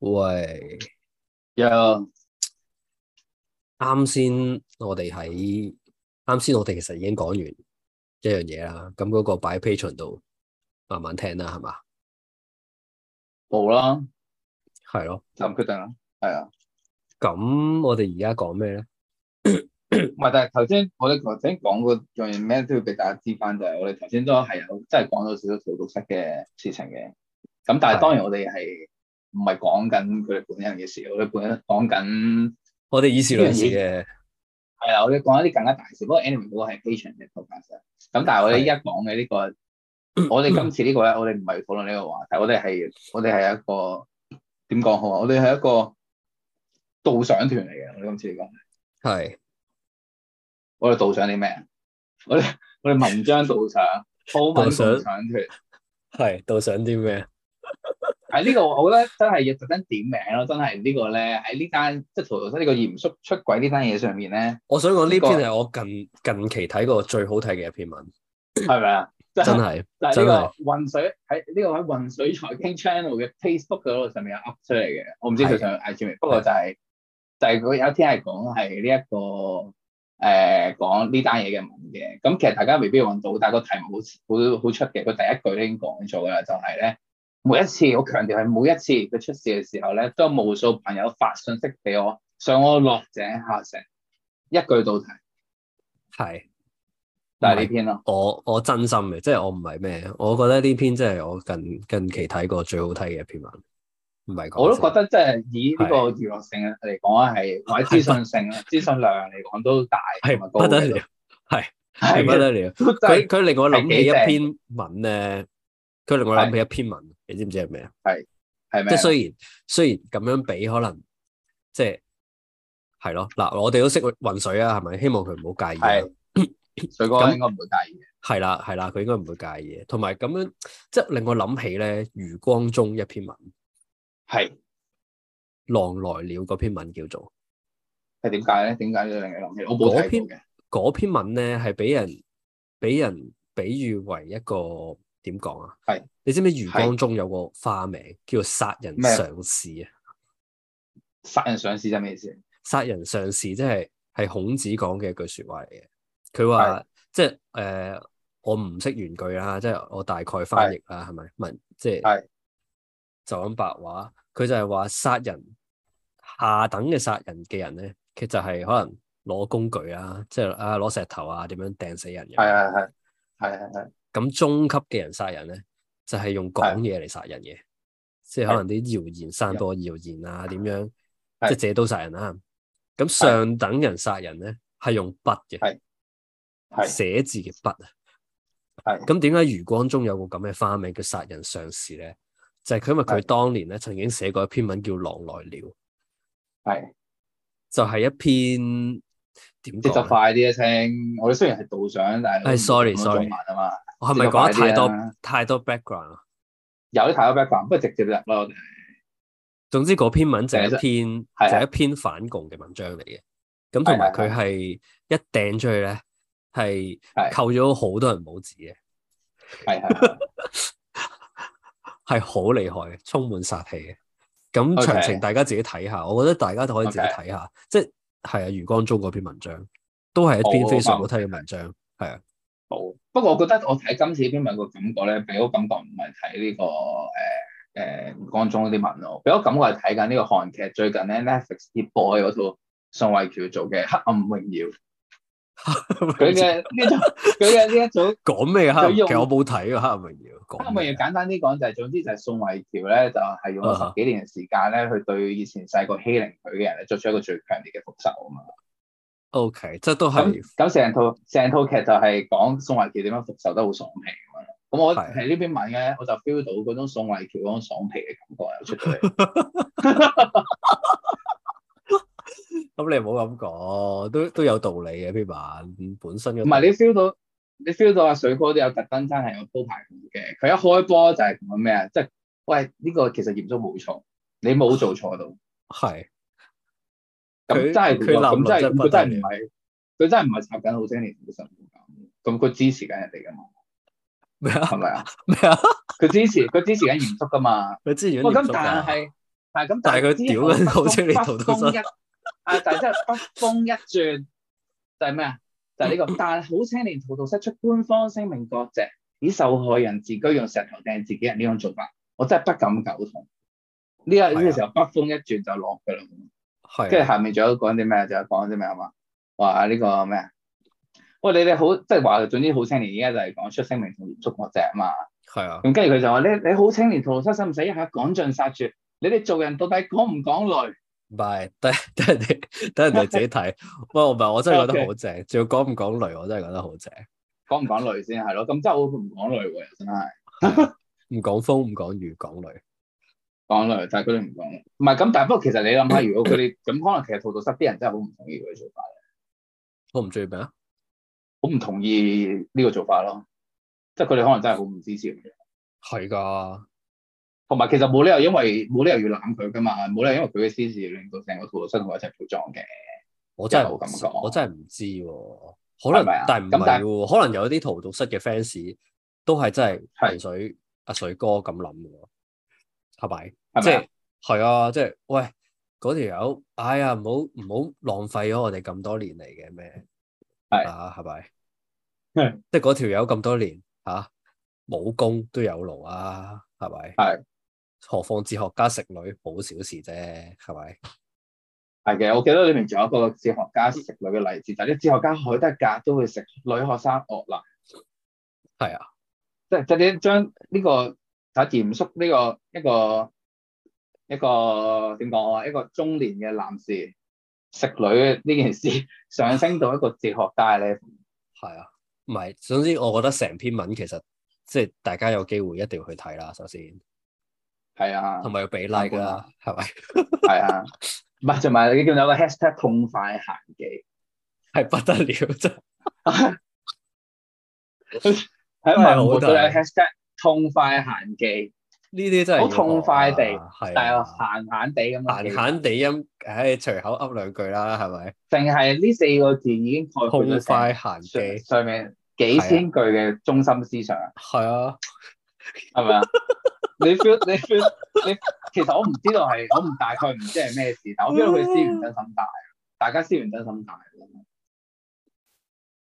喂，又啱先，我哋喺啱先，我哋其實已經講完一樣嘢啦。咁嗰個擺 Patreon 度慢慢聽啦，係嘛？冇啦，係咯。就咁決定啦，係啊。咁我哋而家講咩咧？唔係，但係頭先我哋頭先講嗰樣嘢咩都要俾大家知翻，就係我哋頭先都係有真係講咗少少套讀室嘅事情嘅。咁但係當然我哋係唔係講緊佢哋本人嘅事，我哋本身講緊我哋以事論事嘅，係啦，我哋講一啲更加大事。不過 anyway 嗰個係 patient 嘅 podcast 啦。咁但係我哋依家講嘅呢個，我哋今次呢個咧，我哋唔係討論呢個話題，我哋係我哋係一個點講好啊？我哋係一個導賞團嚟嘅。我哋今次嚟講。係我哋導賞啲咩啊？我哋我哋文章導賞、鋪文導賞團，係到想啲咩？喺呢個我覺得真係要特登點名咯，真係呢個咧喺呢單即係陶導生呢個嚴肅出軌呢單嘢上面咧，我想講呢篇呢係我近近期睇過最好睇嘅一篇 文，係咪啊？真真係但係真呢係個混水喺呢個喺混水財經 channel 嘅 Facebook 嗰度上面有 up 出嚟嘅，我唔知佢上 IG 未，不過就係、就係佢有一天係講係呢一個誒、呃、講呢單嘢嘅文嘅，咁其實大家未必揾到，但係個題目好似好好出嘅，佢第一句都已經講咗啦，就係、咧每一次我強調係每一次佢出事嘅時候咧，都有無數朋友發信息俾我，想我落井下石，一句到題，係。就係呢篇咯。我我真心嘅，即係我唔係咩，我覺得呢篇真係我近近期睇過最好睇嘅一篇文，唔係講我都笑覺得即係以呢個娛樂性嚟講啊係或者資訊性啊、資訊量嚟講都大，係同埋高不得嘅了，係係不嘅得了。都真佢係佢令我諗起一係幾篇文咧，佢令我諗起一篇文，你知唔知係咩啊？係即係咩？雖然雖然咁樣比可能即係係咯，嗱我哋都識混水啊，係咪？希望佢唔好介意啊。係水哥應該唔會介意嘅。係啦，係啦，佢應該唔會介意嘅。同埋咁樣即係令我諗起咧，余光中一篇文《係狼來了》嗰篇文叫做。係點解咧？點解要令你諗起？我冇嗰睇篇過嘅。嗰篇文咧係俾人俾人比喻為一個點講啊？係你知唔知余光中有個花名叫做殺人咩上士啊？殺人上市真係咩意思？殺人上士即係係孔子講嘅一句説話嚟嘅。佢話即係誒、呃我唔識原句啦，即係我大概翻譯啦，係咪文即係係就咁白話？佢就係話殺人下等嘅殺人嘅人咧，其實係可能攞工具啦，即係啊攞石頭啊點樣掟死人嘅。係係係係係係咁中級嘅人殺人咧，就係、用講嘢嚟殺人嘅，即係可能啲謠言散播謠言啊，點樣係即係借刀殺人啦、咁上等人殺人咧，係用筆嘅，係寫字嘅筆啊。係咁點解余光中有個咁嘅花名叫殺人上士咧？就係、佢因為佢係當年咧曾經寫過一篇文叫《狼來了》，係。就係、一篇點節奏講呢？啊快啲一聲。我哋雖然係導賞，但係係，sorry，我哋 sorry 唔講中文啊嘛。我係咪節奏講得快啲太多啊太多 background 啊？有啲太多 background，不過直接入啦。我哋總之嗰篇文就係其一實篇係啊就係係一篇反共嘅文章嚟嘅，咁同埋佢係一掟出去咧，係啊係扣咗好多人帽子嘅，係係係係好厲害嘅，充滿殺氣嘅。咁 OK 詳情大家自己睇下，我覺得大家都可以自己 OK 睇下，即係係啊，余光中嗰篇文章都係一篇好非常我好睇嘅文章，係啊，好，不過我覺得我睇今次呢篇文個感覺咧，俾我感覺唔係睇呢個誒誒吳光中嗰啲文咯，俾我感覺係睇緊呢個韓劇最近咧 Netflix 熱播嗰套宋慧喬做嘅《黑暗榮耀》，啊 佢嘅呢種佢嘅呢一種講咩啊黑暗佢用其實我冇睇啊，黑暗榮耀黑講暗榮耀咩啊簡單啲講就係、總之就係宋慧喬咧就係、用咗十幾年嘅時間咧去對以前細個欺凌佢嘅人咧作出一個最強烈嘅復仇啊嘛。 ，OK，即係都係咁咁成套成套劇就係講宋慧喬點樣復仇得好爽皮咁樣咯。咁我係喺呢邊問嘅，我就 feel 到嗰種宋慧喬嗰種爽皮嘅感覺又出咗嚟。咁你唔好咁講，都都有道理嘅篇文本身嘅唔係你 feel 到，你 feel 到阿水哥都有特登真係有鋪排佢嘅。佢一開波就係講咩啊？即係喂呢、個其實嚴肅冇錯，你冇做錯到。係。 咁佢真係佢立咁論真真係係不佢得真係了唔係佢真係唔係插緊好青年嘅神父咁，咁佢支持緊人哋㗎嘛？唔咩 啊係咪啊？咩啊？佢支持佢支持緊嚴肅噶嘛？佢之前哇！哦咁嚴肅但㗎係但係咁，但係佢屌緊好似你北頭都風一啊！但係真係北風一轉就係咩啊？就係呢個，但係好青年荼毒室出官方聲明割席，以受害人自居用石頭掟自己人呢種做法，我真係不敢苟同。呢個呢個時候北風一轉就落㗎啦。跟住啊係啊下面仲有講啲咩？就講啲咩啊嘛？話呢個咩啊？喂，你哋好，即係話總之好青年，而家就係講出聲明同嚴肅嗰只啊嘛。係啊，咁跟住佢就話：你你好青年，屠龍失使唔使一下趕盡殺絕？你哋做人到底講唔講雷？唔 係等等人哋等人哋 自己睇。喂，我唔係我真係覺得 OK 好正，仲要講唔講雷，我真係覺得 好正。講唔講雷先係咯？咁真係好唔講雷喎，真係唔講風，唔講雨，講雷。講雷，但係佢哋唔講雷。唔係咁，但係不過其實 你諗下，如果佢哋咁，可能其實屠龍失啲人真係好唔同意佢嘅做法，我唔中意咩啊？好唔同意呢個做法咯。即係佢哋可能真係好唔支持佢。係㗎，同埋其實冇理由因為冇理由要攬佢噶嘛，冇理由因為佢嘅私事令到成個屠龍室同我一齊陪葬嘅。我真係有唔咁知講我真係唔知喎。可能係咪啊但係唔咁但係喎，可能有啲荼毒室嘅 fans 都係真係係純水阿水哥咁諗嘅喎，係咪？係即咪啊係？係啊，即係喂嗰條友，哎呀，唔好唔好浪費咗我哋咁多年嚟嘅咩？係啊，係咪？係即係嗰條友咁多年吓，武功都有勞啊，係咪？係。何況哲學家食女好小事啫，係咪？係嘅，我記得裏面仲有一個哲學家食女嘅例子，就係、啲哲學家海德格都會食女學生惡男，係啊，即係即係你將呢個啊嚴肅呢個一個一個點講啊，一個中年嘅男士食女呢件事 上升到一個哲學家咧，係啊，唔係，總之我覺得成篇文其實即係大家有機會一定要去睇啦，首先，係啊同，埋要俾 like 啦，係咪？係啊，唔係同埋你見到有個 hashtag 痛快行 記，係不得了真係。 喺係啊好文末都有大 hashtag 痛快行記，呢啲真係好痛快地係但係又啊。閒閒地咁樣閒記閒地音，唉，隨口噏兩句啦，係咪？淨係呢四個字已經概括痛咗哦成快閒上記，上面幾千句嘅中心思想， 係啊，係咪啊？你 feel 你 feel 你，其實我唔知道係，我唔大概唔知係咩事，但我 feel 到佢思源真心大，大家思源真心大，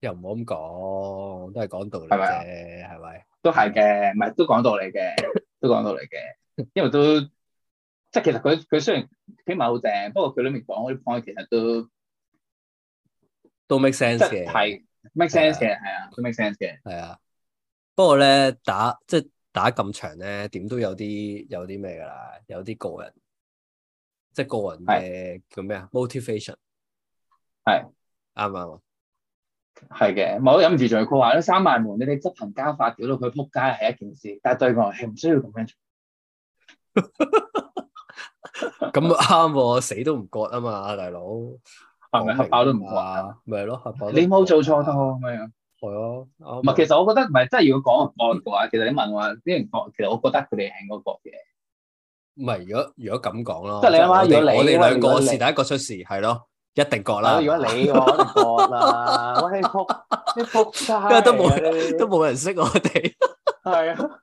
又唔好咁講，都係講道理係咪啊啫，係咪？都係嘅，唔係都講道理嘅，都講道理嘅，因為都即係其實佢佢雖然篇文好正，不過佢裡面講嗰啲 point 其實都都 make sense 即係嘅，係 make sense 嘅，係啊，都 make sense 嘅，係啊。不過咧，打即係打咁長咧，點都有啲有啲咩㗎啦，有啲個人，即係個人嘅叫咩啊？motivation 係啱唔啱啊？係嘅，冇忍唔住仲要佢話咧，三萬門你哋執行家法屌到佢撲街係一件事，但係對外係唔需要咁樣做。咁啊啱喎，死都唔割啊嘛，大佬，講係咪明黑豹都唔㗎割啊？嘛？咪係咯，黑豹都你唔冇割做錯啊到咁樣。係啊，唔啱啊係，其實我覺得唔係，真係如果講割嘅話，其實你問我呢人割，其實我覺得佢哋係應該割嘅。唔係，如果如果咁講咯，即係你諗下我哋如果你我哋喂兩如果個你是但一個出事，係咯，一定割啦嗱，。如果你我就割啦，喂你撲 你撲街，因為都冇冇都冇人識我哋， 係啊，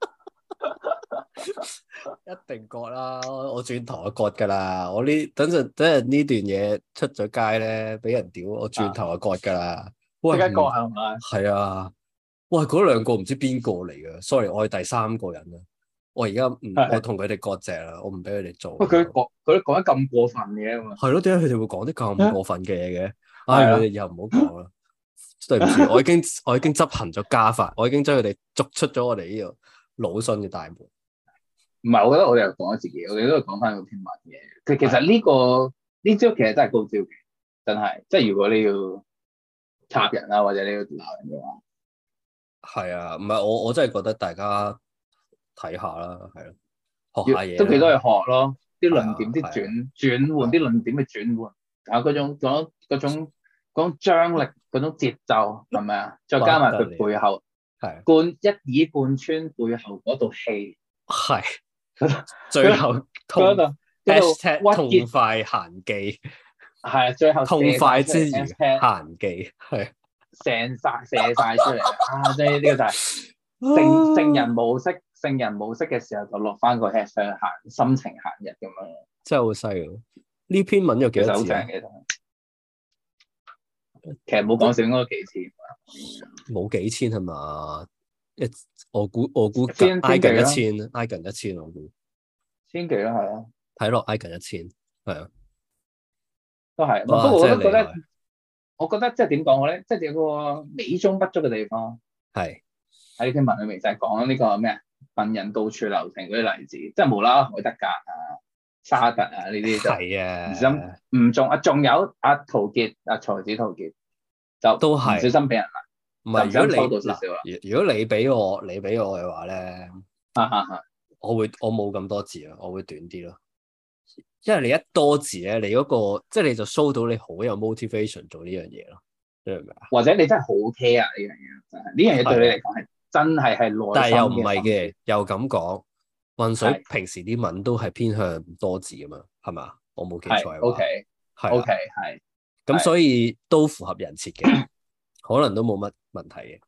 一定割啦。我轉頭就割噶啦。我呢等陣等陣呢段嘢出咗街咧，俾人屌，我轉頭就割噶啦。啊即喂，刻割唔係嘛？係啊，喂，嗰兩個唔知邊個嚟嘅？sorry，我係第三個人啊。我而家唔係我同佢哋割席啦，我唔俾佢哋做。喂，佢講佢都講得咁啊過分嘅嘛，係咯，點解佢哋會講啲咁過分嘅嘢嘅？啊係唉，啊佢哋又唔好講啦。 對唔住，我已經我已經執行咗家法，我已經將佢哋逐出咗我哋呢個魯迅嘅大門。唔係，我覺得我哋又講咗自己，嗯我哋都係講翻個篇文嘅。佢其實呢個呢招其實真係高招嘅，真係，即係如果你要插人啊，或者你要鬧人嘅話，係啊，唔係我我真係覺得大家睇下啦，係咯，學下嘢要啦。都幾多嘢學咯，啲哦係啊論點啲係啊轉轉換，啲論點嘅轉換，仲有嗰種嗰嗰種嗰種張力，嗰種節奏係咪啊？再加埋佢不背後係貫一耳貫穿背後嗰道氣，係，最後痛嗰度嗰 hashtag 度痛屈結快閒記，係啊最後痛快之餘餘，閒記係射晒射晒出嚟啊！即係呢個就係哦聖聖人模式，聖人模式嘅時候就落翻個 hashtag 行心情行日咁樣，真係好犀利。呢篇文有其幾實多好字正啊？嘅。其實冇講少應該幾千，冇幾千係嘛？一我估我估千千幾啊挨近啦一千，挨近一千我估千幾啦，係啊，睇落挨近一千，係啊。都係。不哇過我真都係覺厲得，我覺得即係點講好咧，即係有個美中不足嘅地方。害，係喺呢篇文裏面就係講呢個咩啊，笨人到處留情嗰啲例子，即係無啦啦海德格啊、沙特啊呢啲就係唔小心啊，唔中啊，仲有阿陶傑、阿才子陶傑就都唔係小心俾人鬧唔係就唔如小心果收你到少啊少啦，嗱，如如果你俾我你俾我嘅話咧，哈哈哈！我會我冇咁多字啊，我會短啲咯。因為你一多字咧，你嗰、個即係你就 show 到你好有 motivation 做呢樣嘢咯，你明唔明啊？或者你真係好 care 啊呢樣嘢，真係呢樣嘢對你嚟講係真係係內但係心又唔係係嘅，又咁講，混水係平時啲文都係偏向多字噶嘛，係嘛？我冇記錯係嘅話， OK 係 OK 啊係咁係所以都符合人設 嘅，可能都冇乜問題嘅。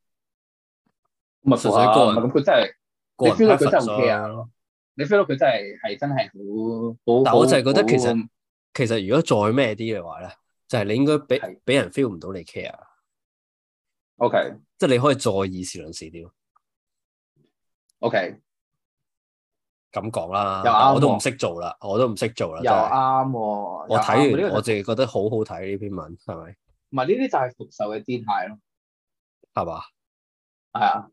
咁啊，純粹個人咁佢真係個你人 feel 到佢真係 preference 咯 care 咯，你 feel 到佢真係係真係好好。但我就係係覺得其實其實如果再咩啲嘅話咧，就係、你應該俾係俾人 feel 唔到你 care， OK 即係你可以再以事論事啲咯， OK。咁講啦。又啱但我都喎唔識做啦，我都唔識做啦。又真係啱喎，我又啱喎睇啊呢完個我就淨係覺得好好睇呢篇文，係咪？唔係呢啲就係復仇嘅姿態咯，係嘛？係啊，